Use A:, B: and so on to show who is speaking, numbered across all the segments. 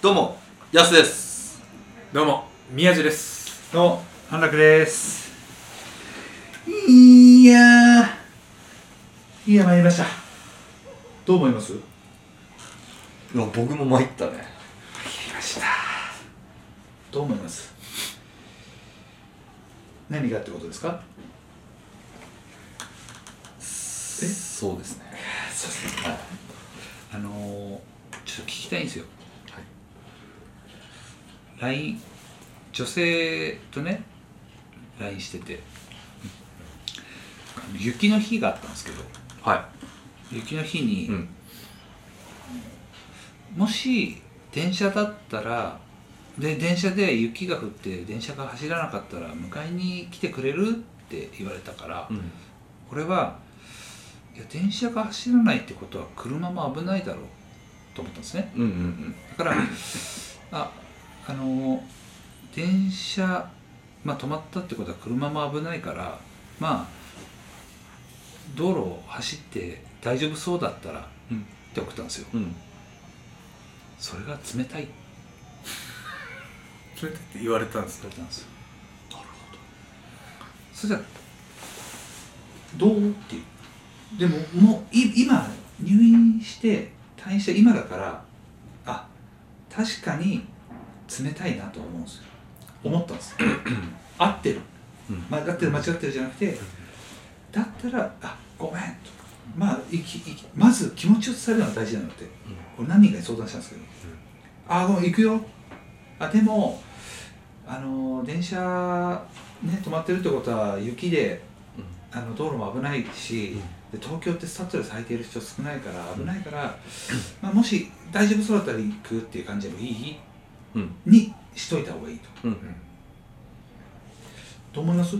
A: どうも、やすです。
B: どうも宮地です
C: どうも、半楽です。いやー、いや、参りました。どう思います
A: いや、僕も参ったね。
C: 来ました。どう思います何がってことですか
A: そうですね。
C: そうですね。あのー、ちょっと聞きたいんですよ。
A: はい。
C: LINE、女性とね、LINE してて、あの雪の日があったんですけど、
A: は
C: 雪の日に、
A: うん。
C: もし電車だったらで電車で雪が降って電車が走らなかったら迎えに来てくれるって言われたから、
A: うん。
C: 俺はいや電車が走らないってことは車も危ないだろうと思ったんですね
A: うんうん
C: だからああの電車、まあ、止まったってことは車も危ないからまあ道路を走って大丈夫そうだったらっ
A: うん
C: て送ったんですよ、
A: うん。うん。
C: それが冷たいって
B: それって言われたんです
C: 言われたんですよ
A: なる
C: それじゃどうっていうでももうい今入院して退院して今だからあ確かに冷たいなと思うんですよ思った んです合ってる、
A: うん
C: まあ、合ってる間違ってるじゃなくてだったらあごめんとまあいきいきまず気持ちを伝えるのが大事なのってこれ何人かに相談したんですけど「ああごめん行くよ」あでもあのー電車ね止まってるってことは雪であの道路も危ないし、で東京ってスタッドレス履いてる人少ないから危ないから、まあ、もし大丈夫そうだったら行くっていう感じでもいい
A: ほど。うん。
C: にしといた方がいいと。
A: うん
C: と思います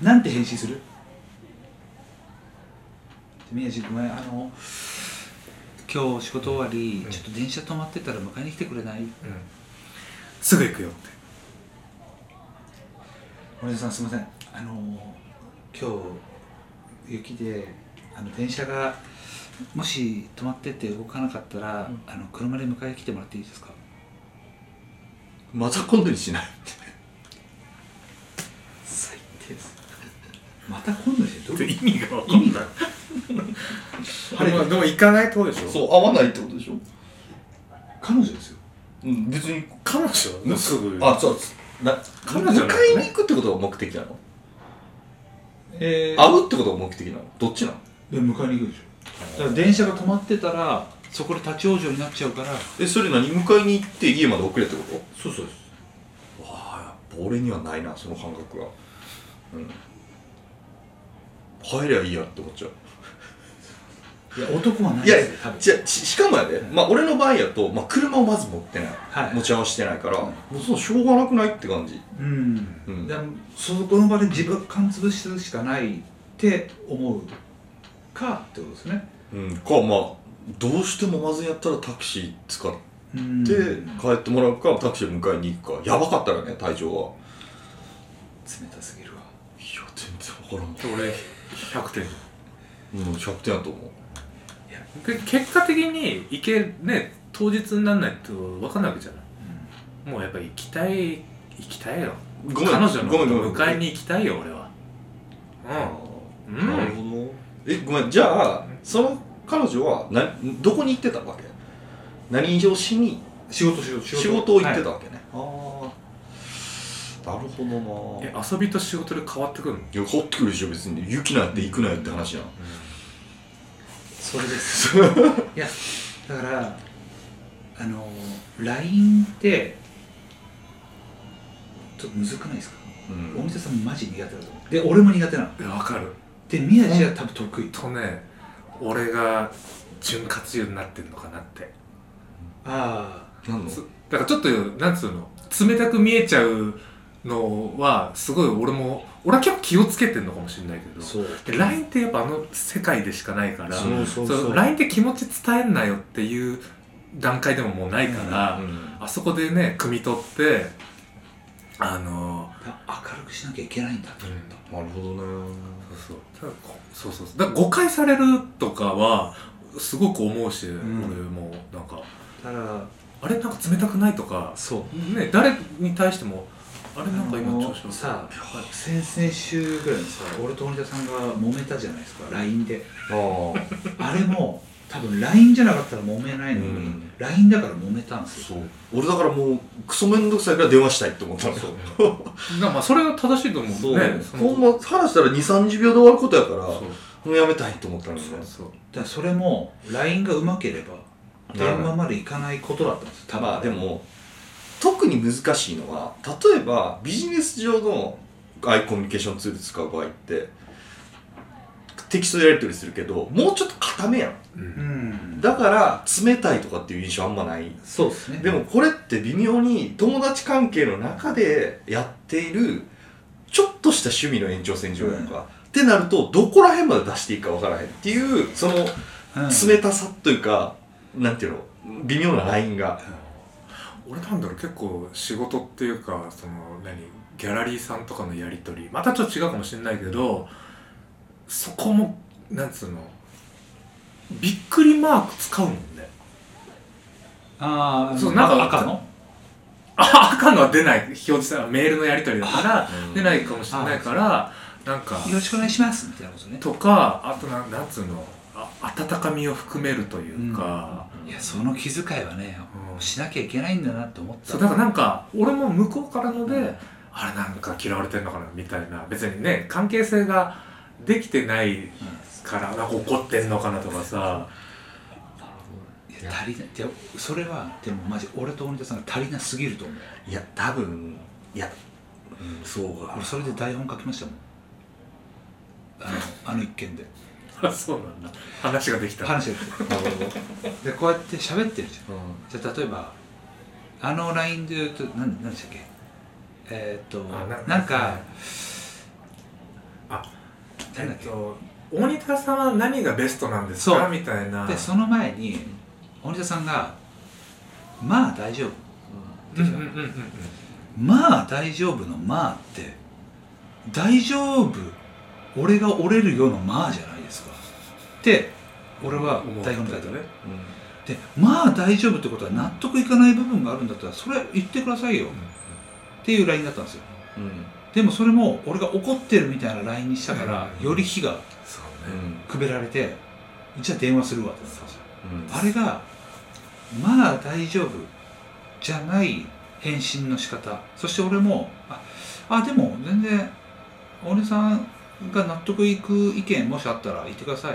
C: なんて返信する宮治ごめんあの今日仕事終わり、
B: うん
C: ちょっと電車止まってたら迎えに来てくれない
B: うんすぐ行くよって
C: 森田さんすいませんあの今日雪であの電車がもし止まってて動かなかったら、あの車で迎えに来てもらっていいですか
A: また今度にしない。
C: 最低ですまた今度でどういうこ
B: 意味が分かんないあれでも行かないってことでしょ
A: そう、合わないってことでしょ
C: と彼女ですよ
A: うん、別に。
B: 彼女すぐ
A: あ、そうです。な、
B: 彼女なのね
A: 迎えに行くってことが目的なの
C: え
A: 会うってことが目的なのどっちなの
C: で迎えに行くでしょだから電車が止まってたらそこで立ち往生になっちゃうから
A: え、それ何迎えに行って家まで送れってこと
C: そうそうです
A: わあ、やっぱ俺にはないな、その感覚が。うん。入りゃいいやって思っちゃう。
C: いや男はない
A: いや
C: ですよ多分
A: じゃししかもやで、まあ、俺の場合やと、まあ、車をまず持ってない、
C: はい
A: 持ち合わせてないから、
C: うん
A: もうそうしょうがなくないって感じ、
C: うん
A: うん
C: でそこの場で自分勘潰すしかないって思うかってことですね
A: うん、かまあどうしてもまずやったらタクシー使っ
C: うん
A: て
C: 冷
A: 帰ってもらうか、タクシーで迎えに行くかやばかったらね体調は
C: たすぎるわ
A: いや全然わか
B: 俺100点
A: らんうん100点やと思う
B: で結果的に行けね当日にならないと分かんないわけじゃないもうやっぱ行きたい行きたいよ
A: ごめ
B: 彼
A: ん
B: 女の
A: ごめ
B: こと
A: んごめん
B: 迎えに行きたいよ俺は
A: う
B: うん
A: なるほどえごめんじゃあその彼女はなどこに行ってたわけ何をしに
C: 仕事仕事
A: 仕事を行ってた
C: は
A: わけね、ああなるほど
B: え遊びと仕事で変わってくるの
A: いや掘ってくるでしょ別に雪なんて行くなよって話なの
C: いそれで すいやだからあの LINE ってちょっとむずくないですか
A: うん
C: 大水さんマジ苦手だと思うで俺も苦手なの
B: いや分かる
C: で宮地は多分得意
B: とね俺が潤滑油になってんのかなって
C: ああ
A: 何の
B: つだからちょっとなんつうの冷たく見えちゃうのはすごい俺も俺は結構気をつけてんのかもしれないけど
C: そう
B: で LINE ってやっぱあの世界でしかないから
A: そう
C: そ
B: そう LINE って気持ち伝えんなよっていう段階でももうないから、
A: うん
B: あそこでね汲み取ってあの
C: 明るくしなきゃいけないんだと思った、
A: なるほどね
B: そうそうただこそうそうそうだから誤解されるとかはすごく思うし、
C: ん
B: 俺もなんか
C: ただ
B: あれなんか冷たくないとか、
A: そう
B: ね、誰に対してもあれなんか
C: あ
B: 今
C: の
B: 調子悪い
C: さ
B: はい
C: 先々週ぐらいにさ俺と森田さんが揉めたじゃないですか LINE で
A: ああ
C: あれも多分 LINE じゃなかったら揉めないのに、
A: うん
C: LINE だから揉めたんですよ
A: そう俺だからもうクソめんどくさいから電話したいって思ったん ですよ
B: だからまあそれが正しいと思
A: そう
B: うねその
A: ほんま話したら2 3 0秒で終わることやから
B: そう
A: もうやめたいって思ったんです
B: そう
A: ね
B: そう
C: だからそれも LINE がうまければ
A: なるほ
C: 電
A: ど
C: 話までいかないことだったんです多分、
A: まあでも特に難しいのは例えばビジネス上のアイコミュニケーションツール使う場合ってテキストでやり取りするけどもうちょっと固めやん
B: う
C: うんん
A: だから冷たいとかっていう印象あんまない
C: そうですね
A: でもこれって微妙に友達関係の中でやっているちょっとした趣味の延長線上やんか、ってなるとどこら辺まで出していいかわからへんっていうその
C: うん
A: 冷たさというか、なんていうの微妙なラインが
B: 俺なんだろう結構仕事っていうかその何ギャラリーさんとかのやり取りまたちょっと違うかもしれないけどそこもなんつうのびっくりマーク使うもんね
C: ああ
B: そうなんか
C: 赤の
B: あ赤のは出ない表示さメールのやり取りだから
A: うん
B: 出ないかもしれないからなんか
C: よろしくお願いしますみたいなことね
B: とかあとなんなんつうのあ温かみを含めるというか、
C: いやその気遣いはね
B: うん
C: しなきゃいけないんだなって思った
B: そうだからなんか俺も向こうからので、あれなんか嫌われてんのかなみたいな別にね関係性ができてないからなんか怒ってんのかなとかさ
C: いや足りないいやそれはでもマジ俺と森田さんが足りなすぎると思う
A: いや多分いや、うん、そうか
C: 俺それで台本書きましたもんあのあの一件で
B: あそうなんだ話ができた
C: 話が
A: なるほど、
C: でこうやって喋ってるじゃん
A: うん
C: じゃあ例えばあの LINE で言うと何何でしたっけえーっと
B: あな
C: なんか
B: あ
C: なんだっ
B: えっ
C: け
B: と大仁田さんは何がベストなんです
C: そ
B: か
C: う
B: みたいな
C: でその前に大仁田さんが「まあ大丈夫」
B: うんうんうんうんうん
C: まあ大丈夫のまあって大丈夫俺が折れるよのまあじゃないですかって俺は
B: 思う
C: 台本に書いたね
B: ね
C: でまあ大丈夫ってことは納得いかない部分があるんだったらそれ言ってくださいよっていうラインだったんですよ
A: うんうん
C: でもそれも俺が怒ってるみたいなラインにしたから
B: うん
C: より火が
B: そう
A: う
B: ね
A: ん
C: くべられてじゃあ電話するわってなったんですよ
A: うん
C: あれがまあ大丈夫じゃない返信の仕方そして俺もああでも全然俺さんが納得いく意見もしあったら言ってください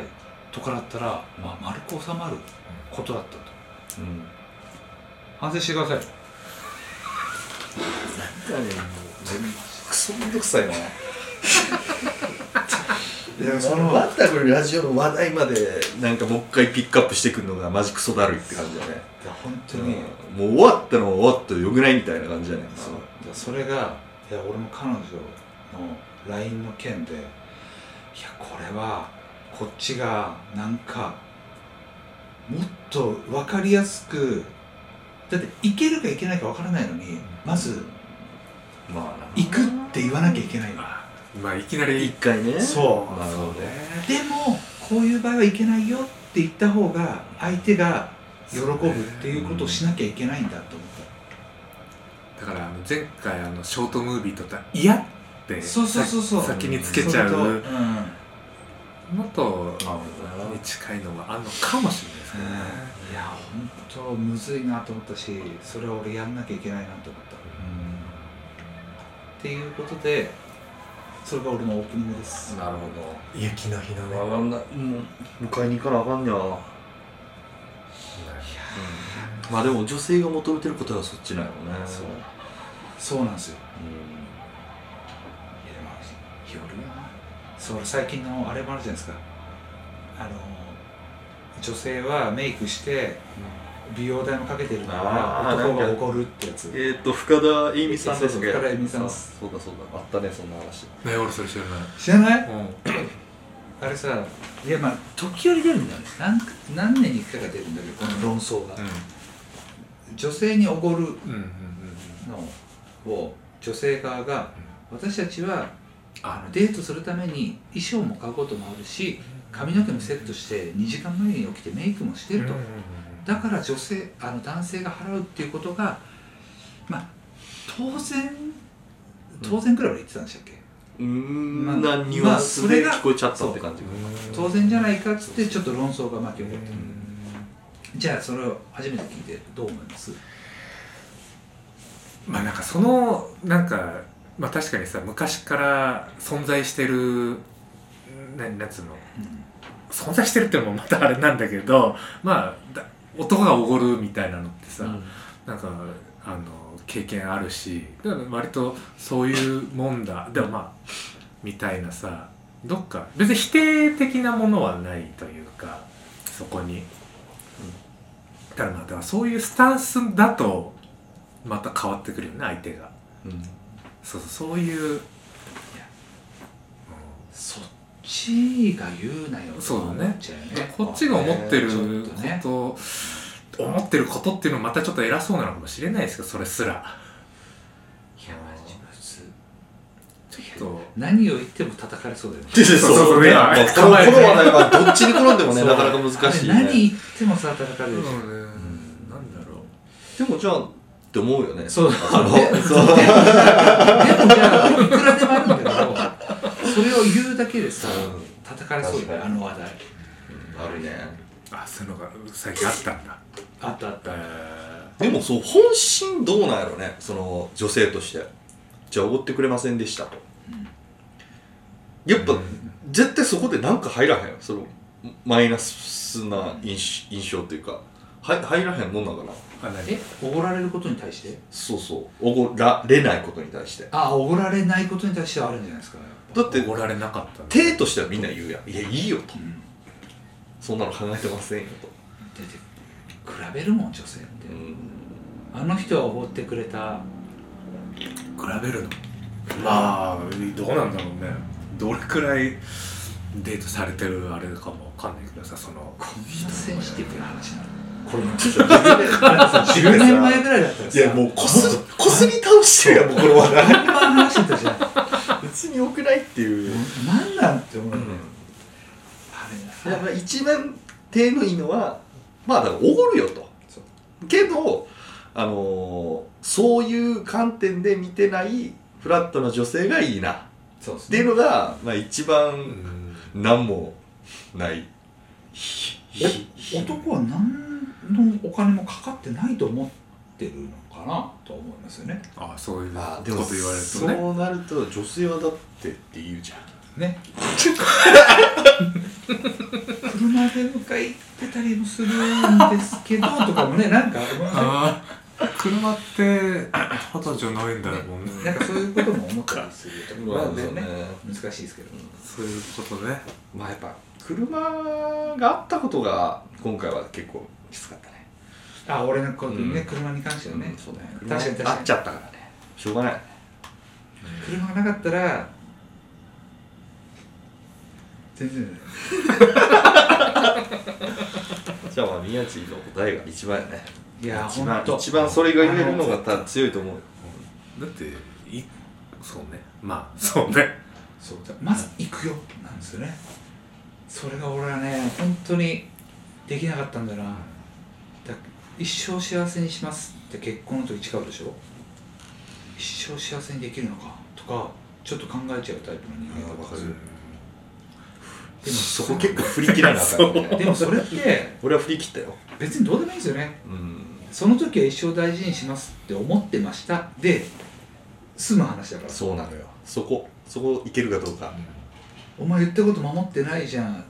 C: とかだったら、まあ、丸く収まることだった
A: う
C: と
A: ん
C: 反省してください
A: なんかねもう全部クソめんどくさいなでもそのバッタブルラジオの話題までなんかもう一回ピックアップしてくるのがマジクソだるいって感じだね
C: いや本
A: うんもう終わったのは終わったよくないみたいな感じだね
C: そうだからそれがいや俺も彼女の LINE の件でいやこれはこっちがなんかもっと分かりやすくだっていけるかいけないか分からないのにまず
A: まあ
C: 「行く」って言わなきゃいけないの
B: あまあいきなり
A: 一回ね
C: そう
A: なるほど
B: そうね
C: でもこういう場合はいけないよって言った方が相手が喜ぶっていうことをしなきゃいけないんだと思った
B: だからあの前回あのショートムービーとか「嫌」って
C: そうそうそうそう
B: さ先につけち
C: そ
B: ゃ
C: れと
B: うんもっと
A: なるほどな
B: に近いのがあるのかもしれないですけどね
C: いや本当むずいなと思ったしそれは俺やんなきゃいけないなと思ったっていうことでそれが俺のオープニングです
A: なるほ
B: 雪の日の
A: どあんなもう迎えに行かなあかんねや、まあでも女性が求めてることはそっちなんよね
C: そうそうなんですよ
A: うん
C: いやでも夜はそう俺最近のあれもあるじゃないですかあの女性はメイクして美容代もかけてるか
A: あー
C: ら男
A: な
C: が
A: んか
C: 怒るってやつ
A: えー、っと深田恵美さんです
C: そうそう深田恵美さんです
A: そうだそうだあったねそんな話
B: ね俺それ知ら
C: 知らない
B: ない、
C: あれさいやまあ時折出るんだよねなんか何年に一回か出るんだけどこの論争が、女性におごる
B: うんうんうんうん
C: のを女性側が私たちはあ
B: あ
C: のデートするために衣装も買うこともあるし髪の毛もセットして2時間前に起きてメイクもしてると、
B: うんうんうん
C: だから女性あの男性が払うっていうことがまあ当然当然くらい俺言ってたんでしたっけ、
A: うーん
C: まあ
A: なニュアンスで
C: まあ
A: 聞
C: そ
A: こえちゃったって感じ
C: 当然じゃないかっつってちょっと論争が巻き起こった、
B: うん
C: じゃあそれを初めて聞いてどう思います
B: まあなんかそのなんかまあ確かにさ昔から存在してるななんつうの存在してるってのもまたあれなんだけどまあだ男がおごるみたいなのってさ、なんかあの経験あるしだから割とそういうもんだでもまあみたいなさどっか別に否定的なものはないというかそこに、ただまあだからそういうスタンスだとまた変わってくるよね相手が
A: うん
B: そうそうそういう
C: そっちが言うなよ
B: そうだね
C: っちゃ
B: うんこっちが思ってること、
C: ねちょっ
B: 思ってることっていうのもまたちょっと偉そうなのかもしれないですけどそれすら
C: とねいやマジ普通
B: ちょっと
C: 何を言っても叩かれそうだよね
A: でそう
B: そう
A: そうね
B: そう
A: まあ
B: ね
A: この
B: 考えて
A: この話題はどっちに転んでもね
C: そう
A: なかなか難しい
C: あれ
A: ね
C: 何言ってもさ叩かれるでしょ、
B: うんなんだろう
A: でもじゃあって思うよね
C: そう
A: あの
C: ね
A: そう
C: でもじゃあいくらでもあるんだけどそれを言うだけでさ、
A: うん
C: 叩かれそうだ
A: 確
C: よ
A: か
C: あ
A: に
C: の話題
A: あるね
B: あそういうのが最近あったんだ
C: あったあっ
B: え
C: た
B: ー
A: でもそう本心どうなんやろねその女性としてじゃあおごってくれませんでしたと、やっぱ、絶対そこでなんか入らへんそのマイナスな印印象というかはい入らへんもんなんかな
B: あ何
C: えおごられることに対して
A: そうそうおごられないことに対して
C: あおごられないことに対してはあるんじゃないですかやっぱ
A: だって
B: おごられなかった
A: 手としてはみんな言うやんいやいいよと
C: うん
A: そんなの考えてませんよと
C: だって比べるもん女性って、
A: うん
C: あの人はおごってくれた
B: 比べるのまあどうなんだろうねどれくらいデートされてるあれかもわかんないけどさその
C: こんなセンシティブな話なのこれ
A: 自分
C: 10
A: で
C: 年前ぐらいだったらさ
A: こすりこすり倒してるやんもうこの話題
C: バンバン話してたじゃんも
A: 別に良くないっていう、
C: う何なんて思う
A: う
C: よね
A: ん
C: あれ
A: だ
C: だ
A: から一番手のいいのはまあだからおごるよと
C: そう
A: けど、あのーそういう観点で見てないフラットな女性がいいな
C: そうです
A: っていう
C: ね
A: のが、まあ、一番何もないひひひ
C: 男は何のお金もかかってないと思ってるのかなと思いますよね
B: あそういうこ
A: まあ
B: と
A: でも
B: 言われるとね
A: そうなると女性はだってって言うじゃん
C: ね車で迎え行ってたりもするんですけどとかもねなんかごめんなさい
B: ああ車ってほとんど乗れんだもんね
C: なんかそういうことも思ったりするところなんだよね
A: まあそうね
C: 難しいですけど、
B: そういうことね
A: まあやっぱ車があったことが今回は結構きつかったね
C: あ俺のことね、
A: うん
C: 車に関してはね、
A: うんそうね
C: 確かに確
A: あ
C: か
A: っ
C: に
A: ちゃったからねしょうがない
C: 車がなかったら全然
A: じゃあまあ宮地の答えが一番やね
C: いや
A: 一
C: 本
A: 番
C: 当
A: 一番それが言えるのがた強いと思うよ
B: だっていそうねまあそうね
C: そうだまず行くよなんですよねそれが俺はね本当にできなかったんだなだ一生幸せにしますって結婚の時誓うでしょ一生幸せにできるのかとかちょっと考えちゃうタイプの人間だか
A: う
C: ら
A: ん
C: でも
A: そこ結構振り切らなあかったね
C: でもそれって
A: 俺は振り切ったよ
C: 別にどうでもいいんですよね
A: うん
C: その時は一生大事にしますって思ってましたで済む話だから
A: そうなのよそこそこいけるかどうか
C: お前言ったこと守ってないじゃん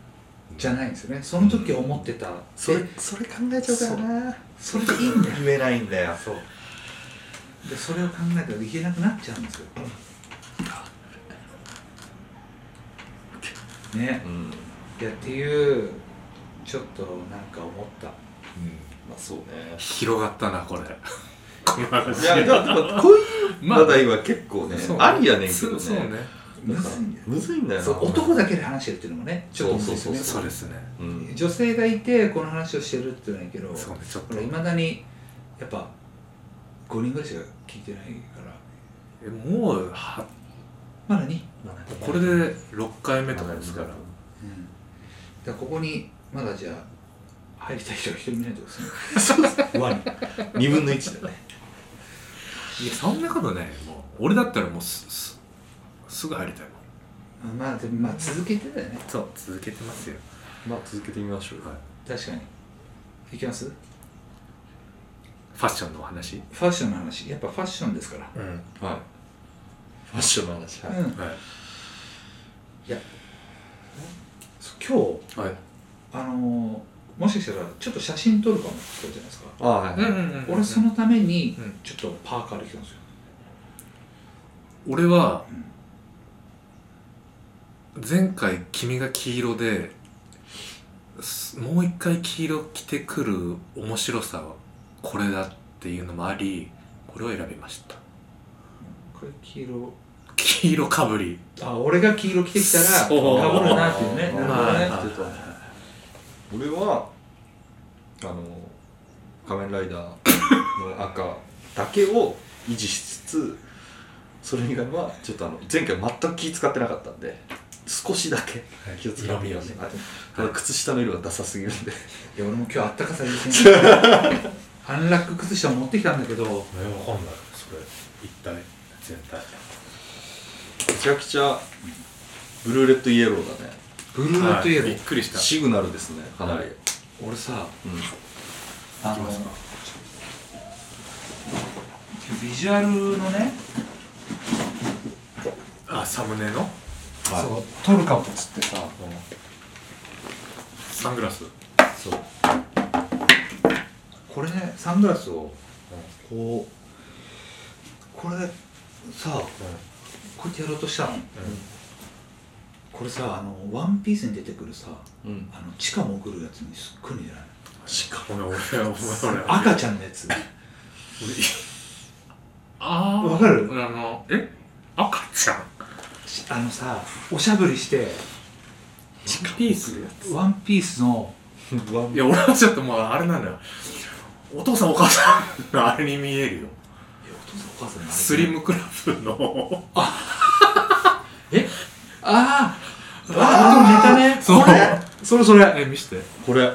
C: じゃないんですよねその時は思ってた、
A: それ
C: で
A: それ考えちゃうからな
C: それでいいんだよ
A: 言えないんだよ
C: そうでそれを考えたらいけなくなっちゃうんですよね
A: うん
C: いやっていうちょっとなんか思った
A: まあそうね
B: 広がったなこれこの話
A: いやでもこういう
B: まあ
A: 話題は結構ね
B: そう
A: ありやねんけ
B: そ
A: ど
B: うそう
A: ね
B: ね
C: むずいんだよ
A: むずいんだよな
C: そう男だけで話してるっていうのもねちょっとむずいですよね
A: そう
B: そうですね
A: うん
C: 女性がいてこの話をしてるっていうのはいいけど
B: そうねちょっと
C: これいまだにやっぱ5人ぐらいしか聞いてないから
B: えもうは
C: まだに、
B: これで6回目とかですから
C: うん、だからここにまだじゃあ入りたい人は一人もいないってことで すね輪に
A: 2分の1だね
B: いやそんなことねもう俺だったらもうすすすぐ入りたいもん
C: まあでもまあ続けてだよね
B: そう続けてますよ
A: まあ続けてみましょう
B: はい
C: 確かにいきます
B: ファッションのお話
C: ファッションの話やっぱファッションですから
B: うん
A: はいファッションの話はい、
C: うん
B: はい
C: 今日
B: はい
C: あのーもしかしたらちょっと写真撮るかもってことじゃないですか
A: あはい、
B: うんうんうん
C: 俺そのために
B: うん
C: ちょっとパーカーで来たんですよ
B: 俺は
C: うん
B: 前回君が黄色ですもう一回黄色着てくる面白さはこれだっていうのもありこれを選びました
C: これ黄色
B: 黄色かぶり
C: あ俺が黄色着てきたらか
B: そう
C: ぶるなっていうね
A: あー
C: なるほどね
B: はい
A: 俺はあの仮面ライダーの赤だけを維持しつつそれ以外はちょっとあの前回全く気使ってなかったんで少しだけ気を使って
B: 色味をね
A: はいただ靴下の色がダサすぎるんで
C: いや俺も今日あったかさ自信ない アンラック靴下を持ってきたんだけど
B: え分かんないそれ一体全体
A: めちゃくちゃブルーレッドイエローだね
C: ブルーレッドイエロー、
B: びっくりした
A: シグナルですねかなり、
B: はい
C: 俺さ
A: うん
C: あ
B: き
C: の
B: ますか
C: ビジュアルのね、
B: あサムネの
A: は
C: そう撮るかもっつってさ
B: サングラス
A: いそう
C: これねサングラスをこうこれさこうやってやろうとしたのこれさあのワンピースに出てくるさ
A: うん
C: あの地下潜るやつにすっごい似てない
A: しか
B: ごめん俺俺俺
C: 赤ちゃんのや つ
B: ああ
C: わかる
B: あのえ赤ちゃん
C: しあのさおしゃぶりして
B: ピース
C: ワンピースの
A: もワン
B: いや俺はちょっともうあれなのよお父さんお母さんのあれに見えるよ
C: いやお父さんお母さんのあれ
B: スリムクラブの
C: あーああネタね
B: そう
C: これそれそれ
B: え見して
A: これ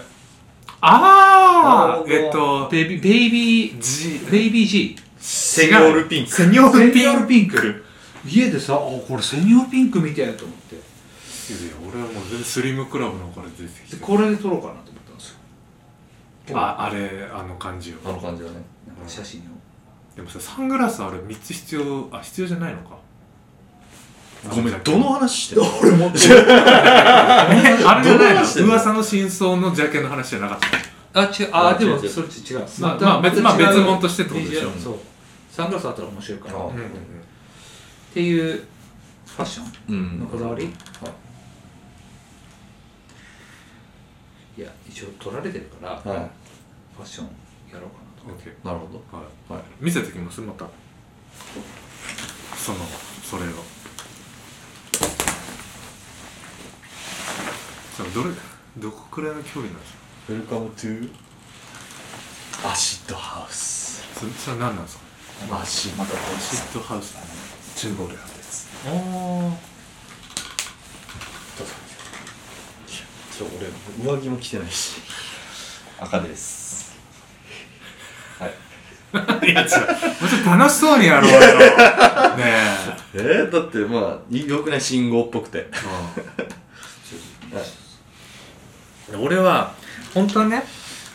B: ああ
A: なる
B: えっ
A: ほど
B: と
C: ベイビーベイビー
B: G
C: ベイビー G
A: セニョールピンク
B: セニョールピンク
C: セニョールピンク家でさあこれセニオピンクみたいやと思って
B: いや俺はもう全然スリムクラブの方から出てき
C: で
B: て
C: これで撮ろうかなと思ったんですよ
B: ああれあの感じよ
A: あの感じだね
C: なんか写真を
B: でもさサングラスあれ3つ必要あ必要じゃないのか
A: ごめんどの話してんの
C: 俺持って
B: えあれじゃ
A: どう
B: な
A: し
B: い
A: てん
B: の
A: の
B: 噂の真相のジャケの話じゃなかった
C: あ違うあでも
A: 違う違う
C: それと違う
B: まあまあ別まあ
C: た
B: 別物としてってことでしょ
C: ビジュアルそうサングラスあったら面白いから
A: あう
C: っ
A: ん
C: ていうファッショ
A: う
C: ンの
A: ん
C: こだわり
A: はい
C: や一応撮られてるからフ
A: は
C: ァッションやろうかなと
B: オッケ
A: いなるほ
B: ーはい
A: どはい
B: 見せてきますまたそのそれをさあどれどこくらいの距離なんですか
A: Welcome to アシッドハウス
B: それそれ何なんですか
A: アシッドハウ
B: アシッドハウス
A: ス中国でです
B: おお
A: ちょ俺上着も着てないし赤ですはい
B: いや違うもうちょっと楽しそうにやろうよね
A: えー、だってまあよくない信号っぽくて
B: え、
C: ちょっと
A: はい
B: 俺は本当はね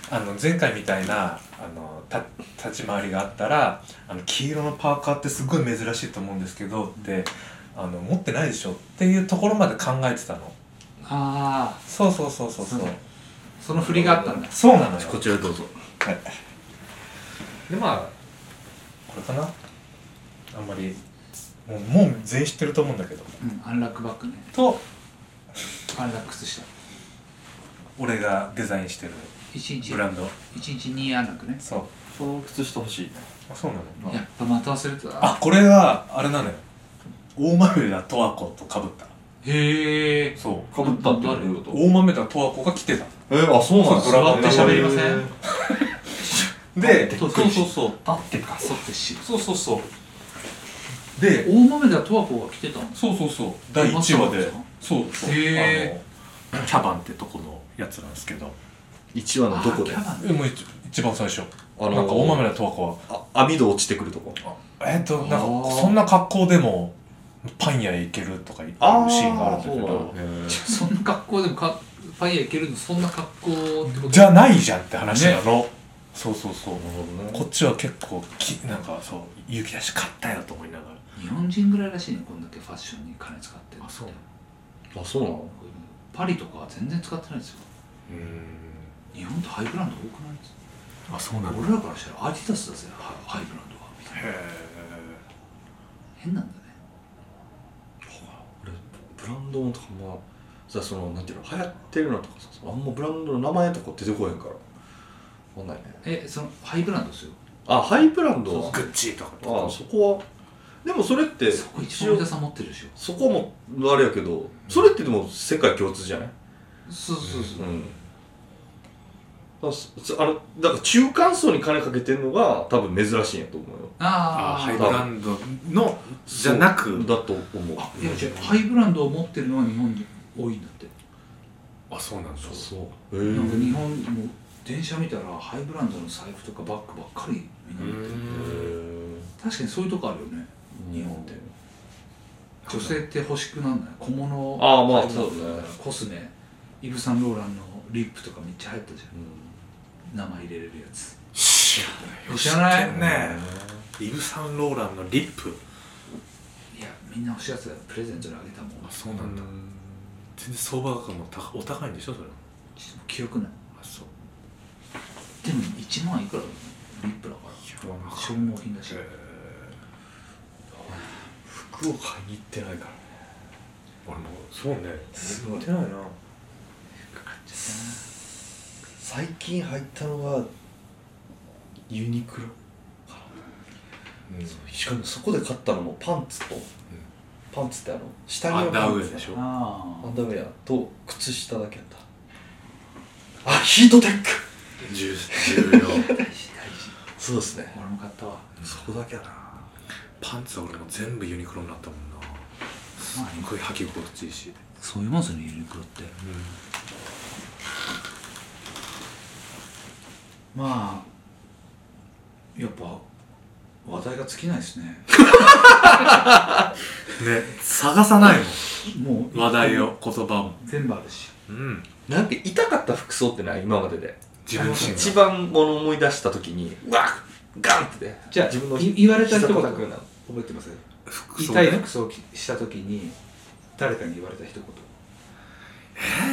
B: あの前回みたいなあのた立ち回りがあったらあの黄色のパーカーってすごい珍しいと思うんですけどってあの持ってないでしょっていうところまで考えてたの
C: ああ
B: そうそうそうそうそう
C: そうその振りがあったんだ
B: そうなのよ
A: こちらへどうぞ
B: はいでまあこれかなあんまりもうもう全員知ってると思うんだけど
C: うんアンラックバッグね
B: と
C: アンラックスした
B: 俺がデザインしてる
C: 一日
B: ブランド
C: 一日2アンラックね
B: そう
A: この靴下欲しい
B: あそうなの
C: やっぱまた忘れてた
B: あこれはあれなのよ大豆田十和子とかぶった
C: へえ
B: そう
A: かぶったってどういうこと
B: 大豆田十和子が着てた
A: えー、あそうなん
B: そうドラマって
C: 喋りません
B: で
C: あ
B: そう
C: 得
B: そう
C: 意
B: そう
C: あってかそってし
B: そうそうそうで
C: 大豆では十和子が来てたんです
B: そうそうそう第1
C: マ
B: 話で
C: スターなんですか
B: そうそう
C: へ
B: あのキャバンってとこのやつなんですけど
A: 1話のどこで
C: あキャバ
A: あ
C: の
B: えもう一一番最初
A: のー
B: なんか大豆田十和子は
A: 網戸落ちてくるとこ
B: えっとなんか
A: あー
B: そんな格好でもパン屋へ行けるとかいうシ
A: あー
B: ーンがあるんだけ
A: そうなん
B: ど
A: だ
D: そんな格好でもかパン屋行けるのそんな格好ってこと
B: じゃないじゃんって話なの、そうそうそう
A: なるほ
B: こっちは結構きなんかそう勇気出して買ったよと思いながら
D: 日本人ぐらいらしいねこんだけファッションに金使ってるのって
B: あそう
A: あそうなの
D: パリとかは全然使ってないですよ
B: うん
D: 日本ってハイブランド多くないですよ
B: あそうなんだ
D: 俺らからしたらアディダスだぜハハイブランドはみたいな
B: へ
D: 変なんだね
A: 俺ブランドもとかもさそのなんていうの流行ってるのとかさあんまブランドの名前とか出てこへんからわかんないね
D: えそのハイブランドですよ
A: あハイブランド
B: え
A: は
B: グッチーとか
A: あそこはでもそれって
D: そこ一番皆さん持ってるでしょ
A: そこもあれやけどそれってでも世界共通じゃない
D: そうそうそう、
A: うんだすあのだから中間層に金かけてるのが多分珍しいんやと思うよ
D: ああ
B: あハイブ
A: ブ
B: ラ
A: ラ
B: ンドのじゃなく
A: そうだと思う
D: あいや違うハイブランドを持ってるのは日本に多いんだって、
B: あそうなんだ
A: そうへ
D: なんか
A: ー
D: 日本も電車見たらハイブランドの財布とかバッグばっかりみんな持ってる
A: へー
D: 確かにそういうとこあるよね日本って女性って欲しくなんない小物
A: ああまあ
D: ハイブランド
A: そうだね
D: コスメイヴ・サンローランのリップとかめっちゃ流行ったじ
A: うん
D: ゃん名前入れれるやつ
B: 知らない
D: 知らない
B: 知ってんねイヴ・サンローランのリップ
D: いやみんな欲しいやつだよプレゼントであげたもん
B: あそうなんだ全然相場価格も高お高いんでしょそれ
D: ちょっと記憶ない
B: あそう
D: でも1万いくらだよねリップだから消耗品だし、
A: 服を買いに行ってないからね
B: 俺もそうね
A: すごい
B: てないな
A: 最近入ったのがユニクロかな、そうしかもそこで買ったのもパンツと、パンツってあの下着
B: ア
A: の
B: ンダ
A: パ
B: ーウ
A: ン
B: ェイ
A: ツ
B: でしょ
D: あ
A: アンダーウェアと靴下だけやったあヒートテック
B: 重重
D: あ
B: 要
D: 大事大事
A: そうですね
D: 俺も買ったわ
A: そこだけやな
B: パンツは俺も全部ユニクロになったもんなす
D: まあ
B: っごい履き心地いいし
D: そういうもんですよねユニクロってまあやっぱ話題が尽きないですね
B: ね探さないも
D: もうん
B: 話題を言葉も
D: 全部あるし
B: うん
A: なんか痛かった服装ってない今までで
B: 自分自
A: 一
B: 身が
A: 番もの思い出した時にうわっガンってね
C: じゃあ
A: 自分の
C: い言われた人
A: 膝
C: と
A: 叩
C: か
A: くような
C: 覚えてます
B: 服装
C: 痛い服装を着した時に誰かに言われた一言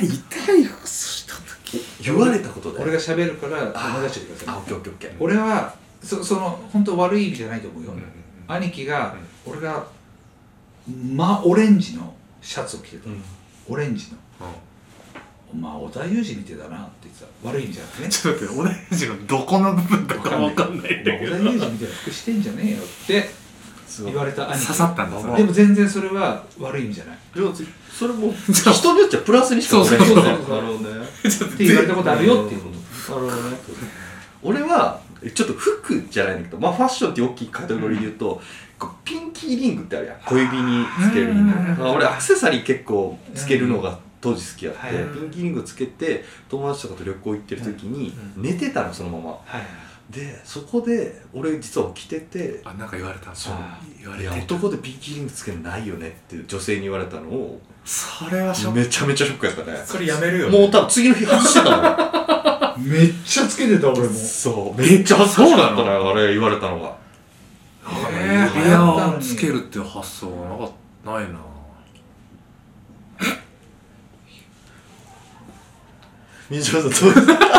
B: え痛い服装した時
A: 言われたことで
C: 俺が喋るから
A: あ
C: 思い出してくだ
A: あオ
C: さ
A: ッケ
C: い
A: ーオッケーオッケー
C: 俺はそその本当悪い意味じゃないと思うよ、兄貴が、俺が真オレンジのシャツを着てた、
A: うん
C: オレンジの
B: うん
C: お前織田裕二見てたなって言ってた悪い意味じゃなく てね
B: ちょっと待って、オレンジのどこの部分だかわかんないんだけ
C: 織
B: ど
C: 田。裕二みたいな服してんじゃねえよって
A: すごい
C: 言われた
B: 刺
C: 兄貴
B: さったんだ、そ
A: た
C: で
B: れ。
C: も全然それは悪い意味じゃない
A: でもそれも人によっちゃプラスにしか
B: そうそう
A: ない
B: そうそう
A: なるほどね
C: って言われたことあるよっていうこと
A: となるほどね俺はちょっと服じゃないんだけど、まあ、ファッションって大きいカテゴリーで言うと、こうピンキーリングってあるやん小指につけるリング
B: うん
A: まあ俺アクセサリー結構つけるのが当時好きやって、
C: うん
A: ピンキーリングつけて友達とかと旅行行ってる時に
B: うん
A: 寝てたのそのまま
C: はいはい
A: でそこで俺実は起きてて
B: あ、なんか言われた。
A: そう
B: 言わ
A: い
B: れ
A: や
B: た。
A: 男でピンキーリングつけるのないよねって女性に言われたのを
B: それはショッ
A: めちゃめちゃショックやったね
B: ク。それやめるよね。
A: もう多分次の日外してたもん
C: めっちゃつけてた俺も
A: そう
B: めっちゃ恥ずかしかったな
A: そうだったなあれ言われたのが
B: え
C: 流行っ
B: ー、部
C: た
B: 屋
C: の
B: を
C: に
B: つけるっていう発想はなかったないな。
A: 水島さんどうですか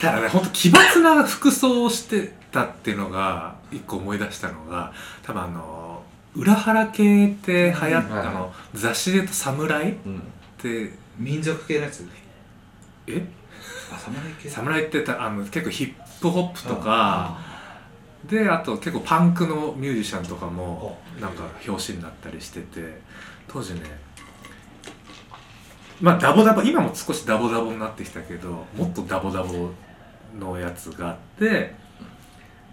B: ただね、ほんと奇抜な服装をしてたっていうのが、一個思い出したのが、多分あの、裏腹系って流行っ
A: うんはい
B: たあの、雑誌で言うと侍っ
A: うん
B: て、
C: 民族系のやつ
B: え
C: あ侍系
B: 侍ってたあの結構ヒップホップとか、であと結構パンクのミュージシャンとかもなんか表紙になったりしてて当時ねまあダボダボ今も少しダボダボになってきたけどもっとダボダボのやつがあって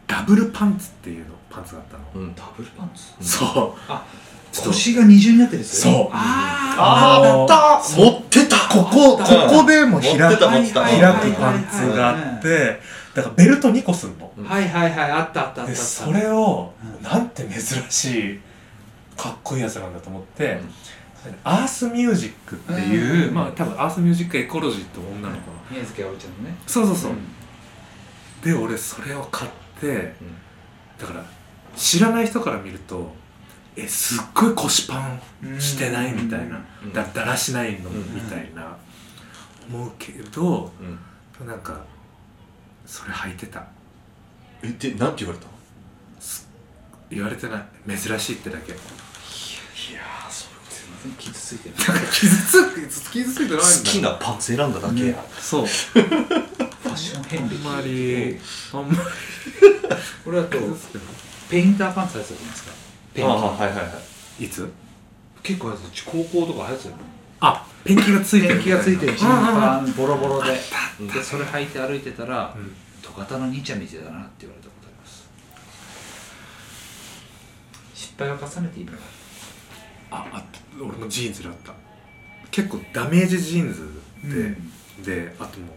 B: ダブルパンツっていうのパンツがあったの、
A: うん
C: ダブルパンツ
B: そう
C: あ
B: ちょっと
C: 腰が二重になってるんですよ
B: そう
C: あ
A: あー
B: の
A: やったー持ってた
E: ここここでも
A: 持
E: 開
A: って
E: く
A: た持ってた
C: は
E: 開
C: い
E: くパンツがあってだからベルト2個すんの
D: はいはいはいあったあったあったあった
E: でそれをなんて珍しいかっこいいやつなんだと思って、
A: うん
E: アースミュージックって
B: て
E: いう、
B: いう、まあ多分アースミュージックエコロジーって女の子の、
D: 宮崎あおいちゃんのね
B: そうそうそう、
D: ん
B: で俺それを買って、だから知らない人から見るとえすっごい腰パンしてないみたいな、
A: うん
B: だだらしないの
A: うん
B: みたいな、思うけど
A: うん
B: なんかそれ履いてた
A: えでなんて言われたの
B: 言われてない珍しいってだけ
A: いやーそう
D: 全
A: いうこ
D: 然傷ついてる
B: なんか傷つく傷ついてないんだ
A: 好きなパンツ選んだだけや、
B: そう
D: ファッション
B: あ
D: 変
B: ん
D: 歴
B: まりあんまり
D: 俺だと
B: ですけど
D: ペインターパンツ流行ってたじゃないですかペン
A: あ
D: キ
A: あはいはいはい
B: いつ
D: 結構流行ってた高校とか流行ってたよね
B: あペンキがついてる
D: ペン
B: み
D: キ
B: たいな
D: がついてるジーパンボロボロで
A: うん
D: でそれ履いて歩いてたら
B: うん
D: 戸方の兄ちゃんみてえだなって言われたことあります失敗を重ねている
B: ああった俺もジーンズであった結構ダメージジーンズで、であともう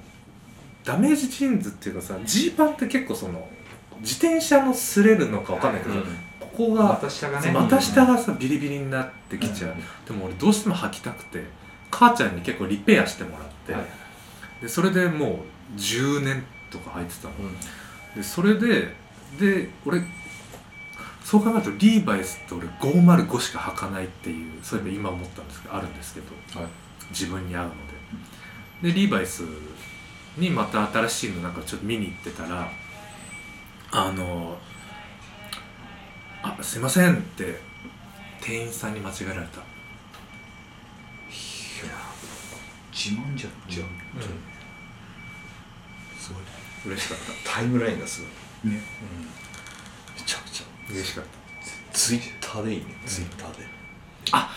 B: ダメージジーンズっていうかさジーパンって結構その自転車の擦れるのかわかんないけど、
A: うん
B: ここが
D: 股下が
B: そ
D: ね
B: う股下がさビリビリになってきちゃう、でも俺どうしても履きたくて母ちゃんに結構リペアしてもらって、
D: はい
B: でそれでもう10年とか履いてたの
A: うん
B: でそれでで俺そう考えるとリーバイスって俺505しか履かないっていうそういえば今思ったんですけどあるんですけど、
A: はい
B: 自分に合うのででリーバイスにまた新しいのなんかちょっと見に行ってたらあの「あすいません」って店員さんに間違えられた、
D: 自慢じゃんじゃん
A: すごい
B: 嬉しかった
A: タイムラインがすごい、うん、
C: ね
A: めちゃくちゃ
B: 嬉しかっ
A: ツイッターでいいねツイッターで、
B: た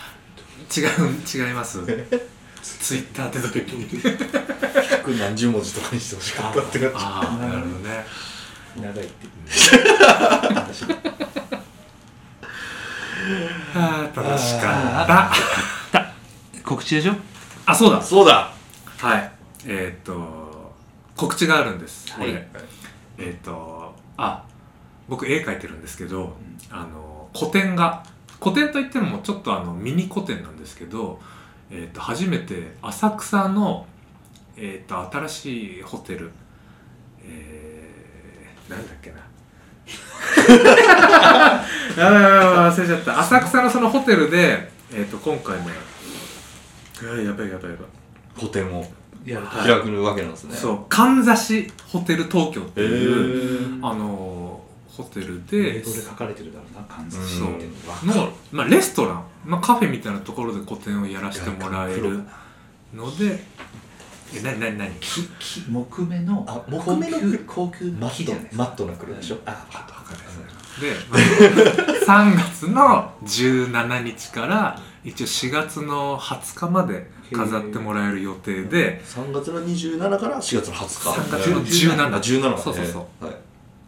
B: 違う違います ツイッターでどれに
A: 百何十文字とかにしてほしかったって感じ
B: ああなるほどね
D: 長い って
B: ああ楽しかった
D: 告知でしょ
B: あそうだ
A: そうだ
B: はいえーっと告知があるんです
D: は
B: こ
D: い
B: れ、えーっとあ僕絵描いてるんですけど、あの個展が個展といってもちょっとあのミニ個展なんですけど、えーっと初めて浅草の、えーっと新しいホテルえー、なんだっけなあー忘れちゃった浅草のそのホテルで、えーっと今回ねあーやばいやばいやばい
A: 個展を
D: やる
A: 開くわけなんですね、
B: そう、かんざしホテル東京って
A: へ
B: いう、
A: ー
B: あのーホテル
D: と
B: で
D: 英語で書かれてるだろうな感じ
A: うん
D: ってのは
B: の、まあ、レストラン、まあ、カフェみたいなところで個展をやらせてもらえるのでえ何何何
D: 木木木目の
A: あ木目の
D: 高級
A: マ
D: 高級木
A: ッ
D: じゃ
A: ト
D: ないです
A: マ
D: か
A: ットな車でしょあマット
B: で 3月の17日から一応4月の20日まで飾ってもらえる予定で、
A: 3月の27から4月の20日
B: 3月の
A: あ
B: 17
A: 17はね
B: そうそうそう、
A: はい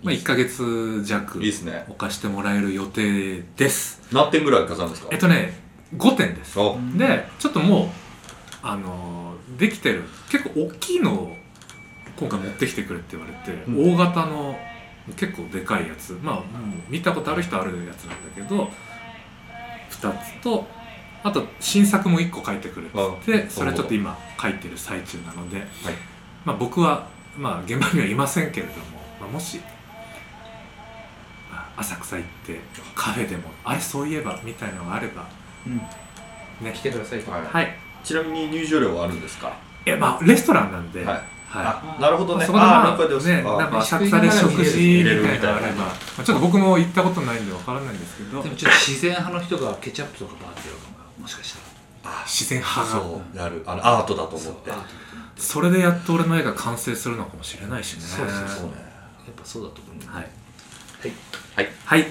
B: まあ、1ヶ月弱
A: いいですね
B: お貸してもらえる予定です
A: 何点ぐらい飾るんですか
B: えっとね5点です
A: あ
D: う
A: は
D: ん
B: でちょっともうあのーできてる結構大きいのを今回持ってきてくれって言われて、
A: う
B: 大型の結構でかいやつまあもう見たことある人あるやつなんだけど2つとあと新作も1個書いてくれって言って
A: あ
B: それちょっと今書いてる最中なので、
A: はい
B: まあ、僕は、まあ、現場にはいませんけれども、まあ、もしまあ浅草行ってカフェでもあれそういえばみたいなのがあれば
D: ね来てくださいと
A: い
B: はい
A: ちなみに入場料はあるんですか
B: いやまあレストランなんで、
A: はい
B: はい
A: あなるほどね
B: そこでま
A: あーなんかでも
B: あねなんか
A: あ
B: 浅草で食事みたい
A: 入れるみた
B: ないの
A: な
B: あれば、まあ、ちょっと僕も行ったことないんでわからないんですけど
D: でもちょっと自然派の人がケチャップとかバーってやるかもよもしかしたら
B: 自然派がそ
A: そうなるあのアートだと思って
D: アートだと思
B: れでやっと俺の絵が完成するのかもしれないしね
D: そうそう
A: そうね
D: ってやっぱそうだと思う
B: はい
D: はい
A: はい
B: はい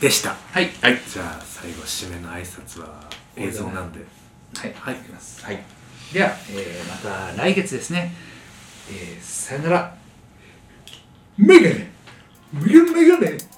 B: でした
D: はい
A: はい
B: じゃあ最後締めの挨拶は映像なんで
D: はい、
B: はい
D: いきます
A: はい
D: では、えー、また来月ですね、えー、さよなら
C: メガネメガネメガネ